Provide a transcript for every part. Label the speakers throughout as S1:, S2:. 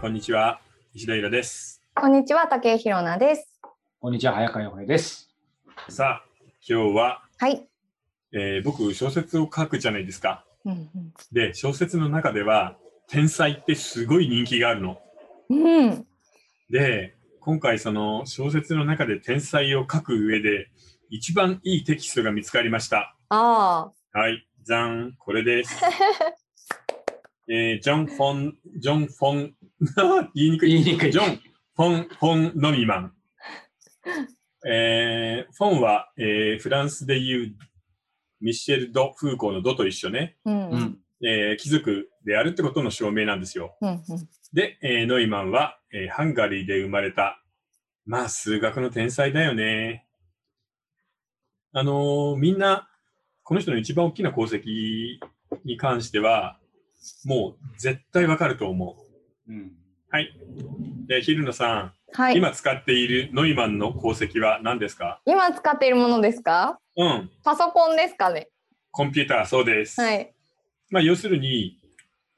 S1: こんにちは、石田ゆらです。
S2: こんにちは、竹井ひろなです。
S3: こんにちは、早川洋平です。
S1: さあ、今日は、
S2: はい。
S1: えー僕、小説を書くじゃないですか。
S2: うん、
S1: で、小説の中では、天才ってすごい人気があるの。
S2: うん。うん
S1: で、今回、その小説の中で天才を書く上で、一番いいテキストが見つかりました。
S2: あ
S1: はい、じゃん、これです。えージョン・フォン、ジョン・フォン、 言いにくい
S3: 言いにくい。
S1: ジョン・フォン・フォン・ノミマン。えーフォンは、えーフランスでいうミシェル・ド・フーコーのドと一緒ね、
S2: あ。うん。う。
S3: うんん。
S1: えー貴族であるってことの証明なんですよ。
S2: うん。
S1: で、えーノイマンは、えーハンガリーで生まれた、まあ、数学の天才だよね。あのーみんな、この人の一番大きな功績に関しては、もう絶対わかると思
S3: うん。
S1: う。で、ヒルノさん、
S2: はい。今
S1: 今使っているノイマンの功績は何ですか
S2: 使っているものですか
S1: うん、
S2: パソコンですかね
S1: コンピューター、そうです。
S2: はい。
S1: まあ、要するに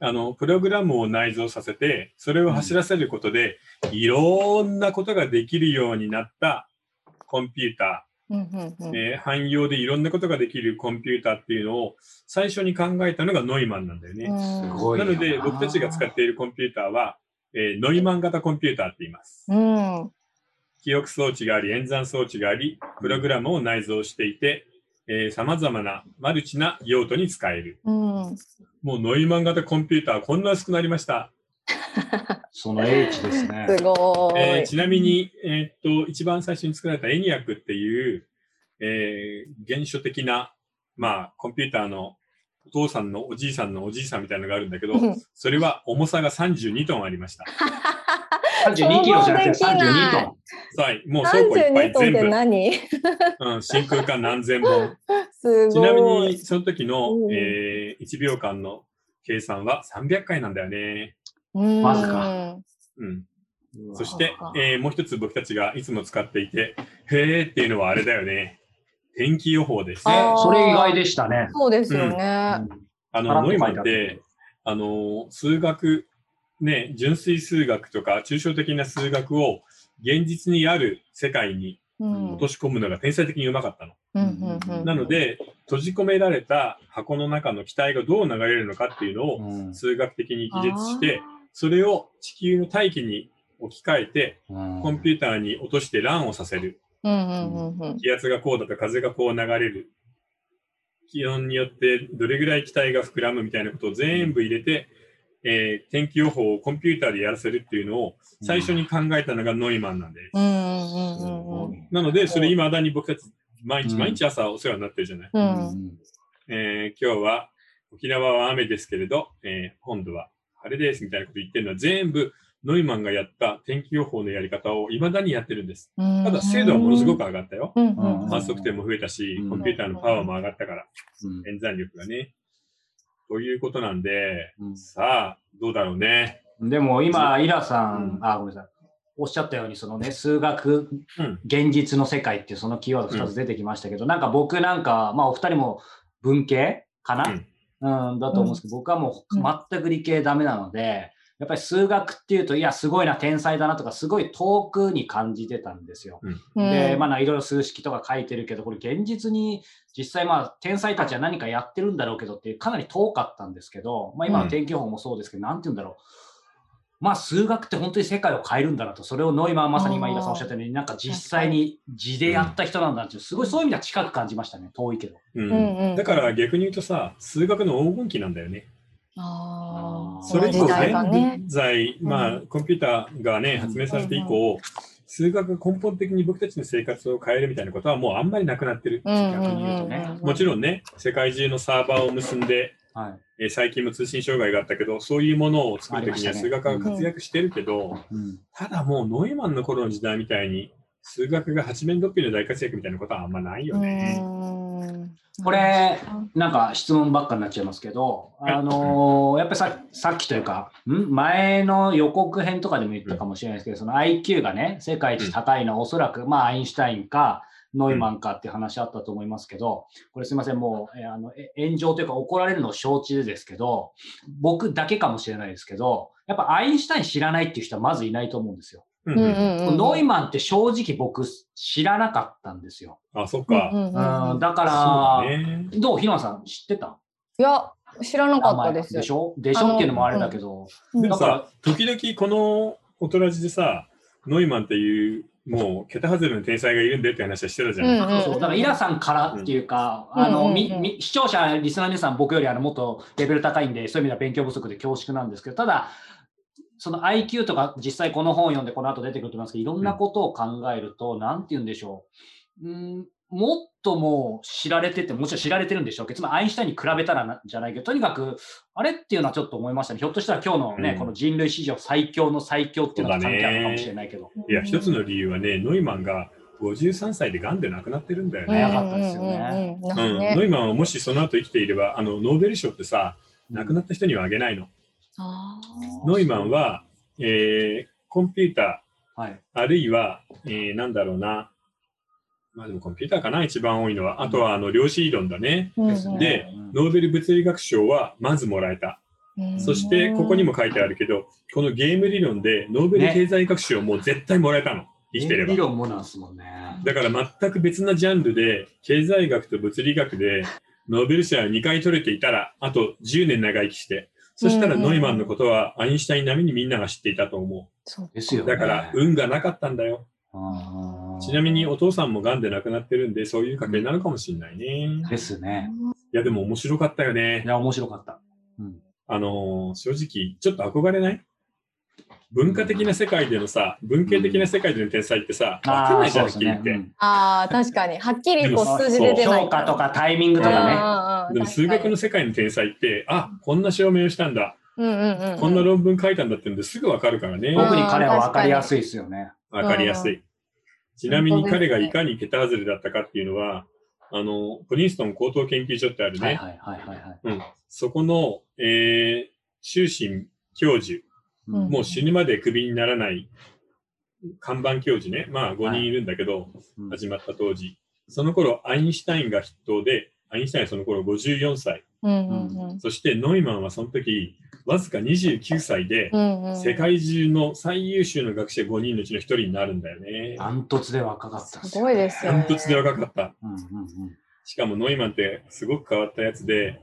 S1: あの、プログラムを内蔵させて、それを走らせることで、いろんなことができるようになったコンピュータ
S2: うん。うん。う
S1: ー、
S2: ん。
S1: えー汎用でいろんなことができるコンピューターっていうのを最初に考えたのがノイマンなんだよね。
S2: す
S3: ごい
S1: な
S3: よ
S1: ので、僕たちが使っているコンピューターは、えーノイマン型コンピューターって言います。
S2: うん。
S1: 記憶装置があり、演算装置があり、プログラムを内蔵していて、さまざまなマルチな用途に使える。
S2: うん。
S1: もうノイマン型コンピューター、こんな薄くなりました。
S3: その英知ですね。
S2: すご
S1: え
S2: ー
S1: ー
S2: い。
S1: ちなみに、えーっと、一番最初に作られたエニアックっていう、えー原初的な、まあ、コンピューターのお父さんのおじいさんのおじいさんみたいなのがあるんだけど
S2: うん、
S1: それは重さが32トンありま した。
S3: 32キロじゃなくて32トン。
S1: はい、もう倉庫いっぱい
S2: 32トンっ
S1: 全部
S2: て、何
S1: うん、真空管何千本。
S2: すごい。
S1: ちなみに、その時の、
S2: うん
S1: え1秒間の計算は300回なんだよね。
S2: うん、
S3: マジか
S1: うん。
S3: うわ
S1: そして
S2: あ、
S1: えーもう一つ僕たちがいつも使っていて、へーっていうのはあれだよね。天気予報ですね。
S2: あー
S1: あ
S3: それ意外でしたね。
S2: そうですよね。
S1: の、ノイマン
S3: パラッと書いてあ
S1: っ
S3: った
S1: て、あのー、数学、ね、純粋数学とか抽象的な数学を現実にある世界に
S2: うん。うん
S1: 落とし込むのが天才的にうまかったの。
S2: うんうん
S1: なので、閉じ込められた箱の中の機体がどう流れるのかっていうのを、
S3: うん
S1: 数学的に記述して、それを地球の大気に置き換えて、コンピューターに落として乱をさせる。
S2: うんうんうん
S1: 気圧がこうだと風がこう流れる。気温によってどれぐらい気体が膨らむみたいなことを全部入れて、えー天気予報をコンピューターでやらせるっていうのを最初に考えたのがノイマンなんで。
S2: うん。うんうん
S3: す
S2: うんう
S3: ご
S2: ん。
S3: い
S1: なので、それ未だに僕たち毎日毎日朝お世話になってるじゃない。
S2: う。
S3: うんん
S1: えー今日は沖縄は雨ですけれど、えー今度は晴れですみたいなこと言ってるのは全部ノイマンがやった天気予報のやり方を未だにやってるんです。た
S2: た
S1: だ精度はものすごく上がったよ。
S2: うんうんうん
S1: 観測点も増えたし
S3: う、ん
S1: コンピューターのパワーも上がったから、
S3: うん
S1: 演算力がね。ということなんで、
S3: うん
S1: さあ、どうだろうね。
S3: でも今、イラさ、
S1: うん
S3: あ、ごめんなさい。おっしゃったように、そのね、数学、
S1: うん
S3: 現実の世界っていうそのキーワード2つ出てきましたけど、なんか僕なんか、まあお二人も文系かな、うん、だと思うんですけど、僕はも
S2: うん
S3: う全く理系ダメなので、やっぱり数学っていうと、いや、すごいな、天才だなとか、すごい遠くに感じてたんですよ。で、まあ、いろいろ数式とか書いてるけど、これ現実に実際、まあ、天才たちは何かやってるんだろうけどっていう、かなり遠かったんですけど、まあ、今
S1: うん
S3: の天気予報もそうですけど、なんて言うんだろう。まあ、数学って本当に世界を変えるんだなと、それをノイマンまさに今、
S2: あー
S3: 飯田さんおっしゃったように、なんか実際に字でやった人なんだなっていう、すごいそういう意味では近く感じましたね、遠いけど。
S1: うん
S2: うんうん
S1: だから逆に言うとさ、数学の黄金期なんだよね。
S2: ああ、
S3: ー
S1: それ以
S2: この
S1: 降
S2: 時代がね。
S1: 現在、まあ、コンピューターがね、
S3: うん
S1: 発明されて以降、数学が根本的に僕たちの生活を変えるみたいなことはもうあんまりなくなってる。
S2: うんうん
S3: 逆
S2: う
S3: に言うと
S2: ん
S3: ね
S1: もちろんね、世界中のサーバーを結んで、
S3: はい。
S1: えー最近も通信障害があったけど、そういうものを作るときには
S3: ありましたね
S1: 数学が活躍してるけど、
S3: うん
S1: ただもうノイマンの頃の時代みたいに、数学が八面六臂の大活躍みたいなことはあんまないよね。
S2: うん
S3: これ、なんか質問ばっかになっちゃいますけど、
S1: はい
S3: あのーやっぱりささっきというか、ん前の予告編とかでも言ったかもしれないですけど、その IQ がね、世界一高いのはおそらく、まあ、アインシュタインか、ノイマンかっていう話あったと思いますけど、これすいません、もう、えーあの、え炎上というか怒られるのを承知でですけど、僕だけかもしれないですけど、やっぱアインシュタイン知らないっていう人はまずいないと思うんですよ。
S1: うん
S2: うんう
S1: うん
S2: んうん。
S3: ノイマンって正直僕知らなかったんですよ。
S1: あ、そっ
S2: う
S1: か。
S2: んうんうん
S3: う、
S2: うんん
S3: だか
S1: そうだね。
S3: ら、どう、ひまさん知ってた
S2: いや、知らなかったです。
S3: でしょでしょっていうのもあれだけど。
S1: で
S3: だ
S1: も
S3: か
S1: さ
S3: ら、、
S1: 時々この大人じでさ、ノイマンっていう、もう桁外れの天才がいるんでって話はしてたじゃん。
S2: うん
S3: そうそうだからイラさんからっていうか、
S2: うん
S3: あの、
S2: うん
S3: み
S2: うん
S3: み視聴者、リスナーの皆さん、僕よりあのもっとレベル高いんで、そういう意味では勉強不足で恐縮なんですけど、ただ、その IQ とか実際この本を読んでこの後出てくると思いますけど、いろんなことを考えると、なんて言うんでしょう。うんもっともう知られてて、もちろん知られてるんでしょうけど、つまりアインシュタインに比べたらなじゃないけど、とにかく、あれっていうのはちょっと思いましたね。ひょっとしたら今日のね、
S1: うん
S3: この人類史上最強の最強っていうのが関係あるのかもしれないけど。
S1: いや、一つの理由はね、ノイマンが53歳で癌で亡くなってるんだよ
S3: 早
S1: ね。
S3: かったですよね
S2: うんうんうん。な
S1: うんん
S2: かね
S1: ノイマンはもしその後生きていれば、あのノーベル賞ってさ、亡くなった人にはあげないの。
S2: あー
S1: ノイマンは、えーコンピュータ
S3: はい。
S1: ー、あるいは、えーなんだろうな、まあでもコンピューターかな、一番多いのは。あとは、あの、量子理論だね。
S2: うん
S3: すね
S1: で、
S3: うん
S1: ノーベル物理学賞はまずもらえた。
S2: うん
S1: そして、ここにも書いてあるけど、このゲーム理論で、ノーベル経済学賞も絶対もらえたの。生きてれ
S3: 理
S1: ば。
S3: 論もなんすもんね。
S1: だから全く別なジャンルで、経済学と物理学で、ノーベル賞を2回取れていたら、あと10年長生きして、そしたらノイマンのことはアインシュタイン並みにみんなが知っていたと思
S2: そう
S3: ですよ
S1: う。
S3: ね。
S1: だから、運がなかったんだよ。
S3: うん
S1: ちなみにお父さんも癌で亡くなってるんで、そういう家系なのかもしれないね。
S3: ですね。
S1: いや、でも面白かったよね
S3: い。や、面白かった。うん。
S1: あのー正直、ちょっと憧れない文化的な世界でのさ、文系的な世界での天才ってさ、わかんないじゃん、はっきり言って。
S3: うん
S2: ああ、確かに。はっきりこ
S1: そう
S2: う数字で出ない。
S3: 評価とかタイミングとかね。
S2: か
S1: でも数学の世界の天才って、あこんな証明をしたんだ、こんな論文書いたんだってのですぐわかるからね、
S2: うん
S1: わ
S3: 特に彼は分かりやすいですよね。
S1: かりやすい。ちなみに彼がいかに桁外れだったかっていうのは、あの、プリンストン高等研究所ってあるね、
S3: はいはいはいはいはい。
S1: うん、そこの、えー、終身教授、
S2: うん
S1: もう死ぬまでクビにならない看板教授ね、まあ5人いるんだけど、
S3: うん
S1: 始まった当時、その頃アインシュタインが筆頭で、アインシュタインはその頃54歳、そしてノイマンはその時わずか29歳で、世界中の最優秀の学者5人のうちの1人になるんだよね。
S3: ダントツで若かったっ
S2: すごい
S3: ね
S2: ですよ
S1: ダ
S2: ね。
S1: ントツで若かった。
S3: うんうん
S1: しかもノイマンってすごく変わったやつで、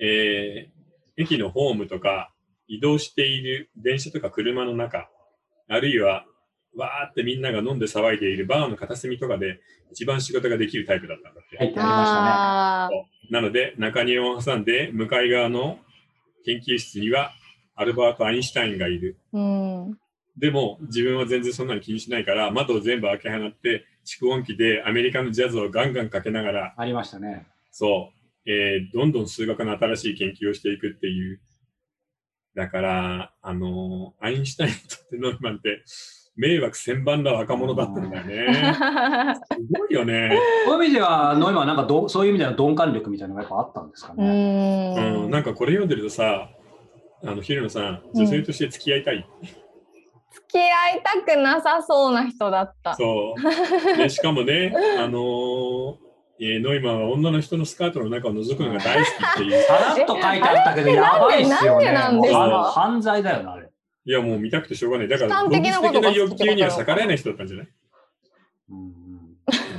S1: えー駅のホームとか移動している電車とか車の中、あるいはわーってみんなが飲んで騒いでいるバーの片隅とかで一番仕事ができるタイプだったんだって。
S3: はいってありま
S2: あ
S1: なので中庭を挟んで向かい側の研究室にはアルバート・アインシュタインがいる。
S2: あ、うん。
S1: でも自分は全然そんなの気にしないから窓を全部開け放って蓄音機でアメリカのジャズをガンガンかけながら
S3: したね。ありましたね。
S1: そう、えーどんどん数学の新しい研究をしていくっていう。だから、あのーアインシュタインにとってノイマンって、迷惑千番な若者だったんだよ ね。すごいよね。
S3: そういう意味では、ノイマンはなんかどう、そういう意味での鈍感力みたいなのがやっぱあったんですか
S2: う
S3: ね。
S2: ん
S1: うん、なんかこれ読んでるとさ、あの、ヒルノさん、女性として付き合いたい。
S2: 付き合いたくなさそうな人だ った。
S1: そう。 でしかもね、あのーえーノイマンは女の人のスカートの中を覗くのが大好きって いう。
S3: さらっと書いてあったけど、
S2: え
S3: やばいっすよね。
S2: なんでなんでなんです
S1: か
S3: もうあの犯罪だよな、あれ。
S1: いや、もう見たくてしょうがない。だから、動
S2: 悲観的
S1: 物
S2: なこ
S1: 的
S2: と
S1: な
S2: が好きって
S1: 欲
S2: こと
S1: 求には逆らえない人だったんじゃない
S3: うん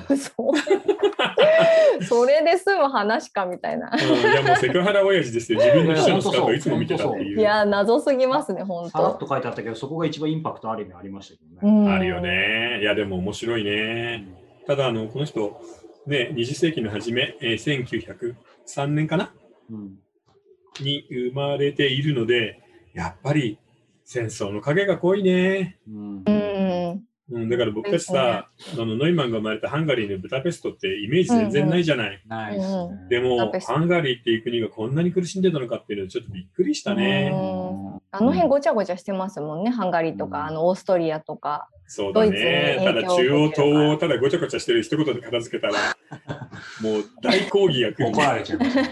S3: うん
S2: そう。それで済む話かみたいな。
S1: うんいやもうセクハラ親父ですよ。自分の秘書のスカートをいつも見てたって
S3: い
S1: いう。
S2: いや、謎すぎますね、本
S3: さら
S2: 当
S3: っ。と書いてあったけど、そこが一番インパクトある意味ありましたけど
S2: う
S3: ね。
S2: ん
S1: あるよ。ね。いや、でも面白いね。ただ、あの、この人、ね、20世紀の初め、えー1903年かな
S3: うん
S1: に生まれているので、やっぱり戦争の影が濃いね。
S3: うん
S2: うん。
S1: うん、だから僕たちさ、あのノイマンが生まれたハンガリーのブダペストってイメージ全然ないじゃない。
S3: ないっすね。
S1: で
S2: ブダ
S1: も
S2: ペス、ト
S1: ハンガリーっていう国がこんなに苦しんでたのかっていうのはちょっとびっくりした
S3: う
S1: ね。
S3: ん、
S2: あの辺ごちゃごちゃしてますもんね、ハンガリーと
S3: うん
S2: か、あのオーストリアとか。
S1: そうだ
S2: ドイツに
S1: ね
S2: 影。響
S1: ただ中央、
S2: を受ける
S1: 東欧をただごちゃごちゃしてる一言で片付けたら、もう大抗議が来る
S3: 怒られちゃいますね。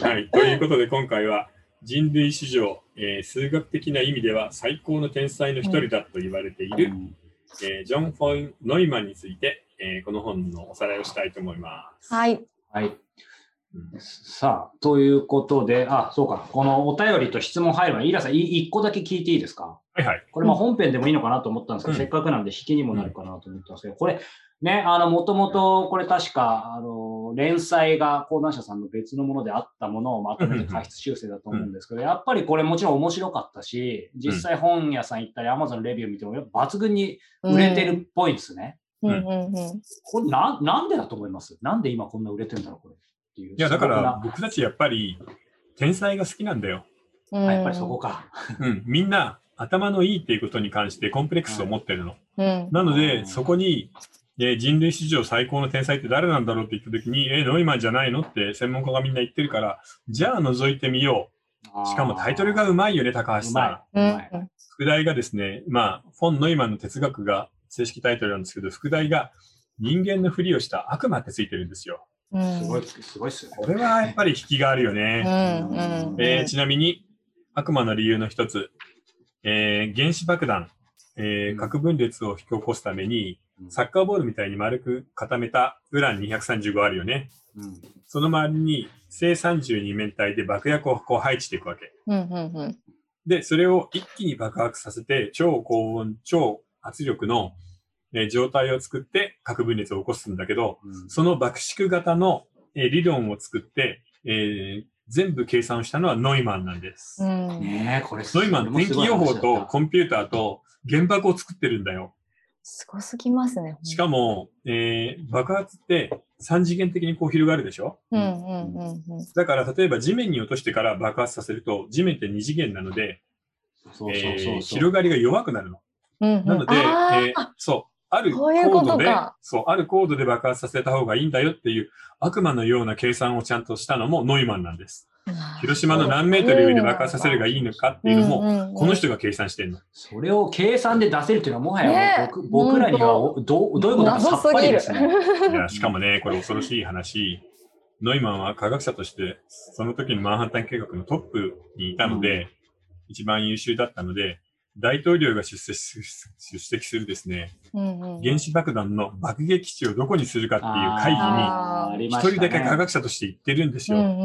S1: はい。ということで今回は人類史上、えー数学的な意味では最高の天才の一人だと言われている、
S3: うん
S1: えージョン・フォン・ノイマンについて、えーこの本のおさらいをしたいと思います。
S2: はい。
S3: はい。
S1: うん
S3: さあ、ということで、あ、そうか。このお便りと質問入る前に、イーラさん、い一個だけ聞いていいですか
S1: はいはい。
S3: これまあ本編でもいいのかなと思ったんですけど、
S1: うん
S3: せっかくなんで引きにもなるかなと思ったんですけど、これ、ね、あの、もともと、これ確か、あの、連載が講談社さんの別のものであったものをまとめて
S1: うん
S3: 解説修正だと思うんですけど、やっぱりこれもちろん面白かったし、実際本屋さん行ったり、アマゾンレビュー見ても、やっぱ抜群に売れてるっぽいんですね。
S2: うん。うんうんうん。
S3: これな、なんでだと思いますなんで今こんな売れてるんだろう、これ。っていう。
S1: いや、だか
S3: 素朴
S1: ら
S3: な
S1: 僕たちやっぱり天才が好きなんだよ。
S2: うん
S3: あやっぱりそこか。
S1: うん。みんな頭のいいっていうことに関してコンプレックスを持ってるの。
S2: うん。
S1: なの
S3: う
S1: で、
S3: ん
S1: そこに、えー人類史上最高の天才って誰なんだろうって言った時に、えー、ノイマンじゃないのって専門家がみんな言ってるから、じゃあ覗いてみよう。しかもタイトルがう
S3: う
S1: まいよね、高橋さん。
S3: ま
S2: う
S3: い。
S2: ん
S3: うまい。
S1: 副題がですね、まあ、フォン・ノイマンの哲学が正式タイトルなんですけど、副題が人間のふりをした悪魔ってついてるんですよ。
S2: うん。
S3: すごい、すごいっすよね。
S1: これはやっぱり引きがあるよ
S2: う
S1: ね。
S2: ん。うん。
S1: えーちなみに、悪魔の理由の一つ、えー原子爆弾、えー核分裂を引き起こすために、サッカーボールみたいに丸く固めたウラン235あるよね。
S3: うん
S1: その周りに正32面体で爆薬をこう配置していくわけ。
S2: うんうんうん。
S1: で、それを一気に爆発させて、超高温、超圧力の、えー状態を作って核分裂を起こすんだけど、
S3: うん
S1: その爆縮型の、えー理論を作って、えー全部計算をしたのはノイマンなんです。
S2: うん。
S3: ねえ、これす
S1: ノイマン、天気予報とコ
S3: ン
S1: ンピューターと原爆を作ってるんだよ。
S2: すごすぎますね。
S1: しかも、えー爆発って3次元的にこう広がるでしょ
S2: うんうんうんうん。
S1: だから例えば地面に落としてから爆発させると、地面って2次元なので、
S3: そうそう
S1: え
S3: そ
S1: ー
S3: うそう。
S1: 広がりが弱くなるの。
S2: うんうん
S1: なので、
S2: あー
S1: えーそう、ある
S2: こ
S1: 高
S2: ういうこと
S1: 度で
S2: か、
S1: そう、ある高度で爆発させた方がいいんだよっていう悪魔のような計算をちゃんとしたのもノイマンなんです。広島の何メートル上で爆発させるがいいのかっていうのも、
S2: も
S1: この人が計算してるの。
S3: それを計算で出せるっていうのは、もはや
S2: ねえ
S3: 僕僕らには
S2: ほ
S3: おどうどういうことかさ
S2: 謎
S3: っ
S2: す
S3: ぱ
S2: ぎ
S3: りで
S2: る。
S3: すね。
S1: いやしかもね、これ恐ろしい話。ノイマンは科学者として、その時のマンハッタン計画のトップにいたので、一番優秀だったので、大統領が出席する出席するですね、
S2: うんうん
S1: 原子爆弾の爆撃地をどこにするかっていう会議に、
S3: あーあり
S1: 一
S3: ましたね
S1: 人だけ科学者として言ってるんです
S2: うんう
S1: よ。
S2: ん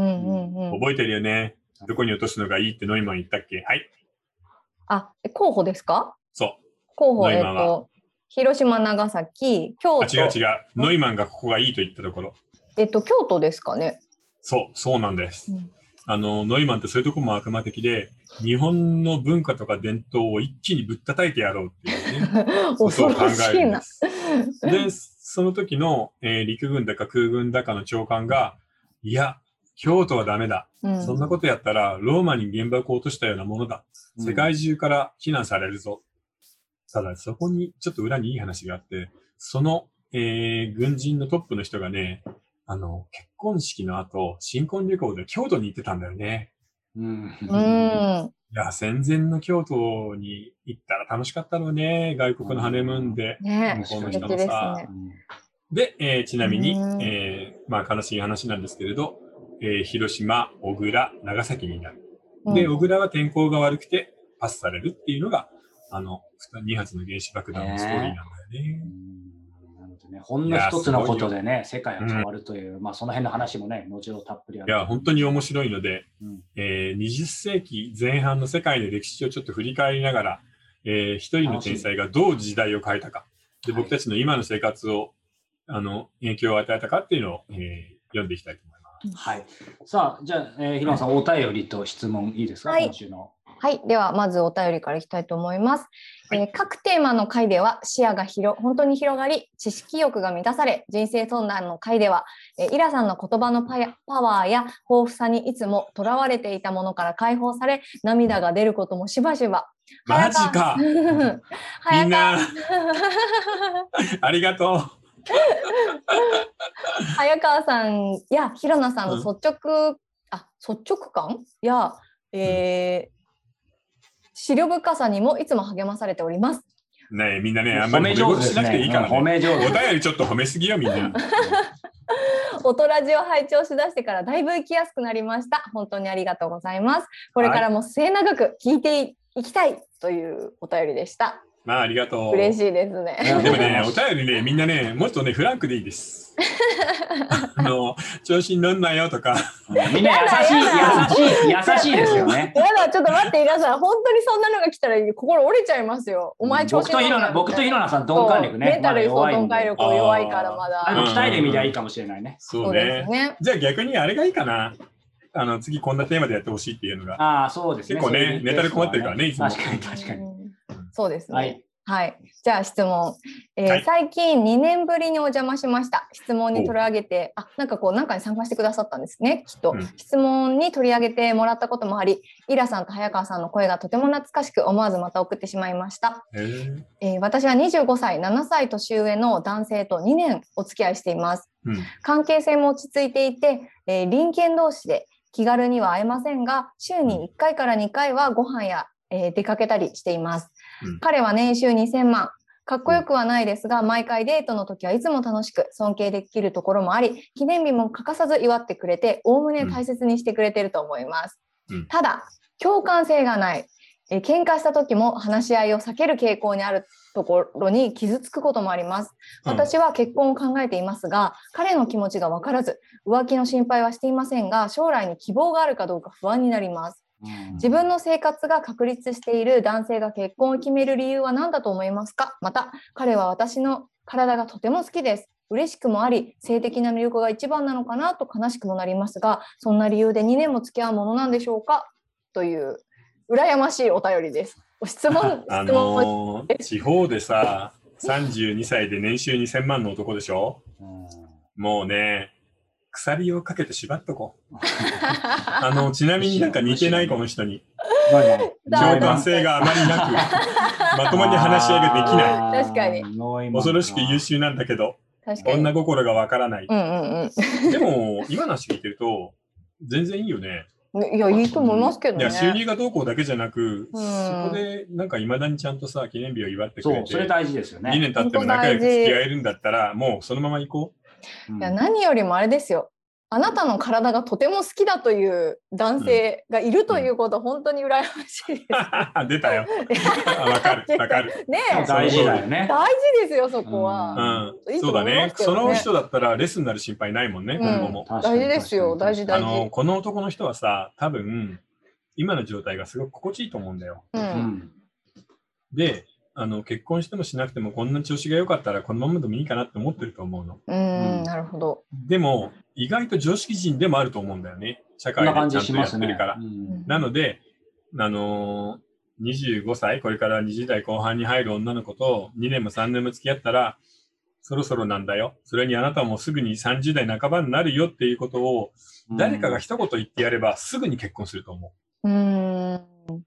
S2: うんうん。
S1: 覚えてるよね。どこに落とすのがいいってノイマン言ったっけはい。
S2: あ、え候補ですか
S1: そ
S2: 候補、
S1: ノイ
S2: えっ
S1: マンは
S2: と、広島、長崎、京
S1: う。あ、
S2: 都。
S1: 違う違う。ノイマンがここがいいと言ったところ。
S2: えっと、京都ですかね。
S1: そう、そうなんです
S2: うん。
S1: あの、ノイマンってそういうとこも悪魔的で、日本の文化とか伝統を一気にぶったたいてやろうっていうね。
S2: 恐ろしいな。
S1: ことを考えるんです。で、その時の、えー陸軍だか空軍だかの長官が、いや、京都はダメだ。
S2: うん
S1: そんなことやったら、ローマに原爆を落としたようなものだ。
S3: うん
S1: 世界中から非難されるぞ。ただ、そこに、ちょっと裏にいい話があって、その、えー、軍人のトップの人がね、あの、結婚式の後、新婚旅行で京都に行ってたんだよね。
S3: うん
S2: うん。
S1: いや、戦前の京都に行ったら楽しかったろうね。外国のハネムーンで。
S2: ね
S1: 向こうの
S2: 素
S1: 人
S2: 敵
S1: も
S2: です
S1: さ。
S2: ね。
S1: で、えーちなみに
S2: うん、
S1: えーまあ、悲しい話なんですけれど、えー広島、小倉、長崎になる。で、
S2: うん
S1: 小倉は天候が悪くてパスされるっていうのが、あの、2発の原子爆弾のストーリーなんだよ
S3: う
S1: ね。
S3: んなのでねほんの一つのことでね、世界が変わるという、まあその辺の話もね、後ほどたっぷりあ
S1: いや、本当に面白いので、
S3: うん
S1: えー20世紀前半の世界の歴史をちょっと振り返りながら、えー一人の天才がどう時代を変えたか、で
S3: はい
S1: 僕たちの今の生活を、あの、影響を与えたかっていうのを、えー読んでいきたいと思います。
S3: はい。さあ、じゃあ、えー、ひろさん、お便りと質問いいですか、
S2: はい
S3: 今週の。
S2: はい、ではまずお便りからいきたいと思います。
S1: はい
S2: えー各テーマの回では視野が広本当に広がり知識欲が満たされ人生相談の回では、えーイラさんの言葉のパヤパワーや豊富さにいつもとらわれていたものから解放され涙が出ることもしばしば。
S1: マジかみん
S2: 早川
S1: な、ありがと
S2: 早川さんやひろなさんの率直、あ率直感や、えー資料深さにもいつも励まされております。
S1: う。ねえみんなね、あんま
S3: 褒
S1: り
S3: め
S1: 褒め
S3: 上手
S1: 事
S3: で
S1: し
S3: す
S1: なくて
S3: ね。
S1: いいから
S3: うん褒
S1: ね。
S3: め上
S1: お
S3: 手。
S1: 便りちょっと褒めすぎよ、みん な。
S2: 音ラジオ拝聴しだしてからだいぶ行きやすくなりました。本当にありがとうございます。これからも末永く聞いていきたいというお便りでした。
S1: まあ、ありがとう。
S2: 嬉しいですね。
S1: でもね、お便りね、みんなね、もっとね、フランクでいいです。 あの、調子に乗んなよとか、
S3: みんな優しい、優しい、優しいですよね。
S2: やだ、ちょっと待って、皆さん、本当にそんなのが来たら心折れちゃいますよ。お前調子
S3: 僕と
S2: 乗
S3: ひ
S2: んな
S3: ろ
S2: よ
S3: な、僕とひろなさん、鈍感力ね。
S2: メンタル、
S3: ま
S2: そう、
S3: だ弱い
S2: 鈍
S3: んで
S2: 感力弱いから、ま
S3: あ
S1: ー
S3: の、
S1: うん
S2: だ。
S3: 鍛えてみりゃいいかもしれないね。
S1: そう
S2: で
S1: ね
S2: す。ね。
S1: じゃあ逆にあれがいいかな。あの、次こんなテーマでやってほしいっていうのが。
S3: ああ、そうですね。
S1: 結構ね
S3: そういう
S1: ネタで困ってるからねいつも
S3: 確かに、確か
S2: う
S3: に。
S2: ん。そうですね。
S3: は
S2: はいい。じゃあ質問、えー
S1: はい
S2: 最近2年ぶりにお邪魔しました。質問に取り上げて、あ、なんかこう、なんかに参加してくださったんですね、きっと。
S1: うん
S2: 質問に取り上げてもらったこともあり、イラさんと早川さんの声がとても懐かしく、思わずまた送ってしまいました。
S1: へー
S2: えー私は25歳、7歳年上の男性と2年お付き合いしています。
S1: うん
S2: 関係性も落ち着いていて、えー隣県同士で気軽には会えませんが週に1回から2回はご飯や、えー出かけたりしています、
S1: うん
S2: 彼は年収2000万かっこよくはないですが毎回デートの時はいつも楽しく尊敬できるところもあり記念日も欠かさず祝ってくれておおむね大切にしてくれてると思います、
S1: うん
S2: ただ共感性がないえー喧嘩した時も話し合いを避ける傾向にあるところに傷つくこともあります私は結婚を考えていますが、彼の気持ちが分からず浮気の心配はしていませんが将来に希望があるかどうか不安になります
S3: うん
S2: 自分の生活が確立している男性が結婚を決める理由は何だと思いますかまた彼は私の体がとても好きです嬉しくもあり性的な魅力が一番なのかなと悲しくもなりますがそんな理由で2年も付き合うものなんでしょうかという羨ましいお便りです 質問
S1: あ
S2: 質問を
S1: のー地方でさ、32歳で年収2000万の男でしょもうね、鎖をかけて縛っとこう。 あの、ちなみになんか似てないこの人 に。共感性があまりなく、まともに話し合いができない。
S3: な
S2: 確かに。
S1: 恐ろしく優秀なんだけど、
S2: 確かに
S1: 女心がわからない。
S2: うんうん
S1: でも、今の話聞いてると、全然いいよね。
S2: うんいやいいと思いますけど
S1: い
S2: ね
S1: や、収入がどうこうだけじゃなく、
S2: う
S1: そ
S2: ん
S1: こで、なんかいまだにちゃんとさ、記念日を祝ってく
S3: そ
S1: れ
S3: う、
S1: て、
S3: それ大事ですよ
S1: 2
S3: ね。
S1: 年経っても仲良く付き合えるんだったら、もうそのまま行こ
S3: うん
S2: いや何よりもあれですよあなたの体がとても好きだという男性がいるということ、本当に羨まし いで
S1: う。出た よ。あわかる、わかる。
S2: す。ねえ
S3: 大事だよね。
S2: 大事ですよそこ
S1: う
S2: は。
S1: ん
S2: いい。と
S1: そう
S2: 思
S1: だ
S2: いま
S1: ね
S2: す。け
S1: そ
S2: どね
S1: の人だったら、レスになる心配ないもんね、
S2: うん
S1: 今後も。
S3: 確か
S2: 大
S3: に
S2: 事ですよ
S3: 確か
S2: 大
S3: に
S2: 事
S1: あ
S2: 大
S1: の、
S2: 事。
S1: この男の人はさ、多分、今の状態がすごく心地いいと思うんだよ。
S2: う
S3: うんん
S1: で、あの結婚してもしなくてもこんな調子が良かったらこのままでもいいかなって思ってると思うの。
S2: うん
S3: うん
S2: なるほど。
S1: でも、意外と常識人でもあると思うんだよね。社
S3: こん
S1: 会で
S3: な感
S1: ち
S3: じ
S1: ゃん
S3: し
S1: と
S3: ま
S1: やっ
S3: す
S1: て
S3: ね
S1: るから。な
S3: うん
S1: ので、あのー25歳、これから20代後半に入る女の子と2年も3年も付き合ったら、そろそろなんだよ。それにあなたもすぐに30代半ばになるよっていうことを、誰かが一言言ってやればすぐに結婚すると思
S2: うん。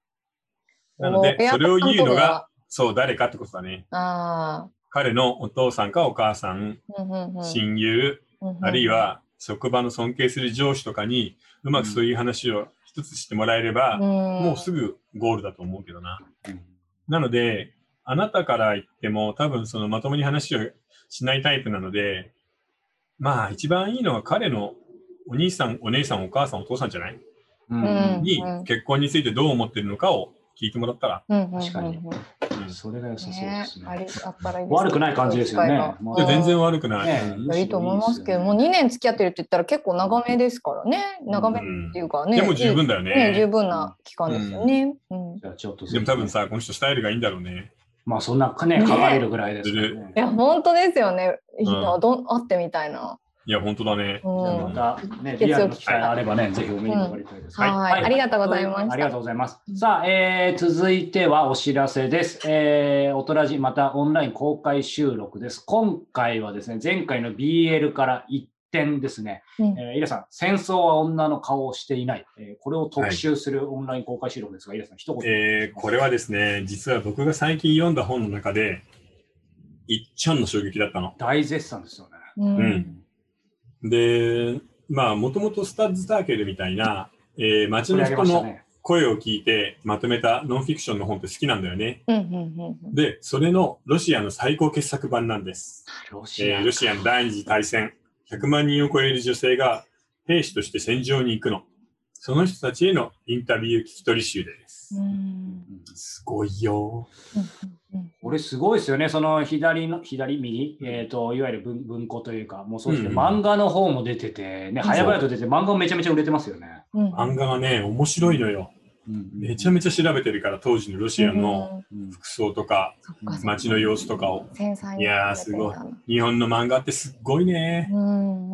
S1: う。なので、それを言うのが、そう、誰かってことだね。
S2: あ
S1: 彼のお父さんかお母さん、
S2: あー、うんうんうん
S1: 親友、
S2: うんうん
S1: あるいは職場の尊敬する上司とかにうまくそういう話を一つしてもらえれば、も
S2: も
S1: うすぐゴールだと思うけどな。
S3: うん
S1: なので、あなたから言っても多分そのまともに話をしないタイプなので、まあ一番いいのは彼のお兄さん、お姉さん、お母さん、お父さんじゃない
S3: うん
S1: に結婚についてどう思ってるのかを聞いてもらったら、
S2: 確
S3: 確かに
S1: うん
S3: それが良さそうで
S2: ね
S3: す
S2: あり
S3: ね。
S2: あったらいいですね
S3: 悪くない感じですよね
S2: 機会が
S3: まあ
S1: いや全然悪くない。
S3: ね
S1: うん
S2: いやいいと思いますけど、もう2年付き合ってるって言ったら結構長めですからね。長めっていうかね。
S1: でも十分だよ
S2: いいね
S1: ね。
S2: 十分な期間ですよね。うん。い
S3: じゃあちょっと
S1: でも多分さ、この人スタイルがいいんだろうね。
S3: まあそんなね、かわれるぐらいですからね。
S2: や、本当ですよね。いいな、
S1: うん
S2: どん、会ってみたいな。
S1: いや、本当だね。
S2: うん。
S3: じゃあ
S2: は
S3: またね、リアルの機会があればね、ぜひお目にかかりたいです。
S2: い、
S3: はい
S2: ありがとうございました。
S3: ありがとうございます。さあ、えー続いてはお知らせです。えー、おとらじ、またオンライン公開収録です。今回はですね、前回の BL から一点ですね、
S2: うん
S3: えー、イラさん、戦争は女の顔をしていない、えーこれを特集するオンライン公開収録ですが、イラさん、一言。
S1: えーこれはですね、実は僕が最近読んだ本の中で、いっちゃんの衝撃だったの。
S3: 大絶賛ですよね。
S2: うん。う
S1: うんんで、まあ、もともとスタッズ・ターケルみたいな、えー街
S3: 取り
S1: の
S3: 上げま
S1: 人
S3: した
S1: の
S3: ね。
S1: 声を聞いてまとめたノンフィクションの本って好きなんだよね。
S2: うんうんうん。
S1: で、それのロシアの最高傑作版なんです。
S3: ロシ
S1: え
S3: ア。
S1: ーロシアの第二次大戦、100万人を超える女性が兵士として戦場に行くの。その人たちへのインタビュー聞き取り集です
S2: う。ん
S3: うん
S1: すごいよ。
S2: うんうん
S3: これすごいですよね。その左の、左、右、えっ、と、いわゆる文文庫というか、もうそうですね、
S1: うんうん
S3: 漫画の方も出てて、ね、早々と出て、漫画もめちゃめちゃ売れてますよね。
S2: うん
S1: 漫画がね、面白いのよ。めちゃ
S3: めち
S1: めちゃ調べてるから、当時のロシアの
S3: ゃ
S1: 服装とか、
S2: そっかそっか
S1: 街の様子とかを。
S2: 繊細に
S1: いやーすごい日本の漫画ってすっごいね。
S2: うんう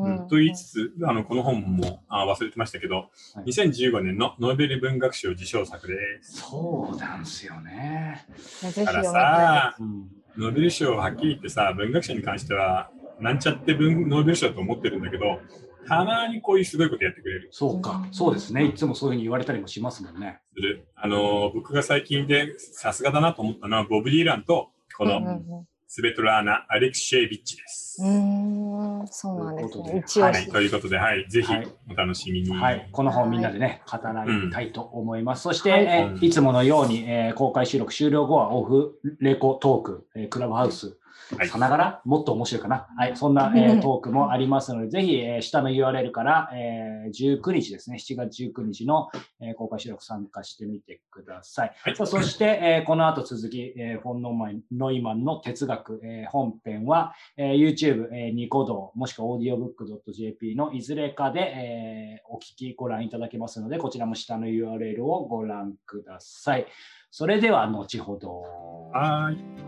S1: うん
S2: うん
S1: ん、と言いつつ、あの、この本もあ忘れてましたけど、
S3: はい
S1: 2015年のノーベル文学賞受賞作です。
S3: そうなんですよね。
S2: ぜひ
S1: だから
S2: 読みたい
S1: さ、
S3: うん
S1: ノーベル賞はっきり言ってさ、文学賞に関しては、なんちゃって文ノーベル賞と思ってるんだけど、たまにこういうすごいことやってくれる。
S3: そうか、そうですね。いつもそういうふうに言われたりもしますもんね。
S1: するあのー、僕が最近でさすがだなと思ったのは、ボブ・ディーランと、こ
S2: う
S1: の
S2: んうん
S1: スベトラーナ・アレクシェービッチです。
S2: うんうーんそうなんです
S3: という
S2: ね。
S3: こと
S2: 一
S3: で
S2: 押
S1: は
S2: し
S1: い、。ということで、はい、ぜひ
S3: はい
S1: お楽しみに。
S3: はい、この本みんなでね、語らいたいと思います。そして、
S2: はい
S3: えーいつものように、えー公開収録終了後はオフレコトーク、えークラブハウス
S1: はい
S3: さながら、もっと面白いかな。はい、そ んな、えートークもありますので、ぜひ、えー下の URL から、えー19日ですね、7月19日の、えー公開収録参加してみてください。
S1: はい
S3: さあそして、えーこの後続き、えーフォン・ノーマンノイマンの哲学、えー本編は、えー YouTube、えーニコ動、もしくは audiobook.jp のいずれかで、えーお聞き、ご覧いただけますので、こちらも下の URL をご覧ください。それでは、後ほど。
S1: はい。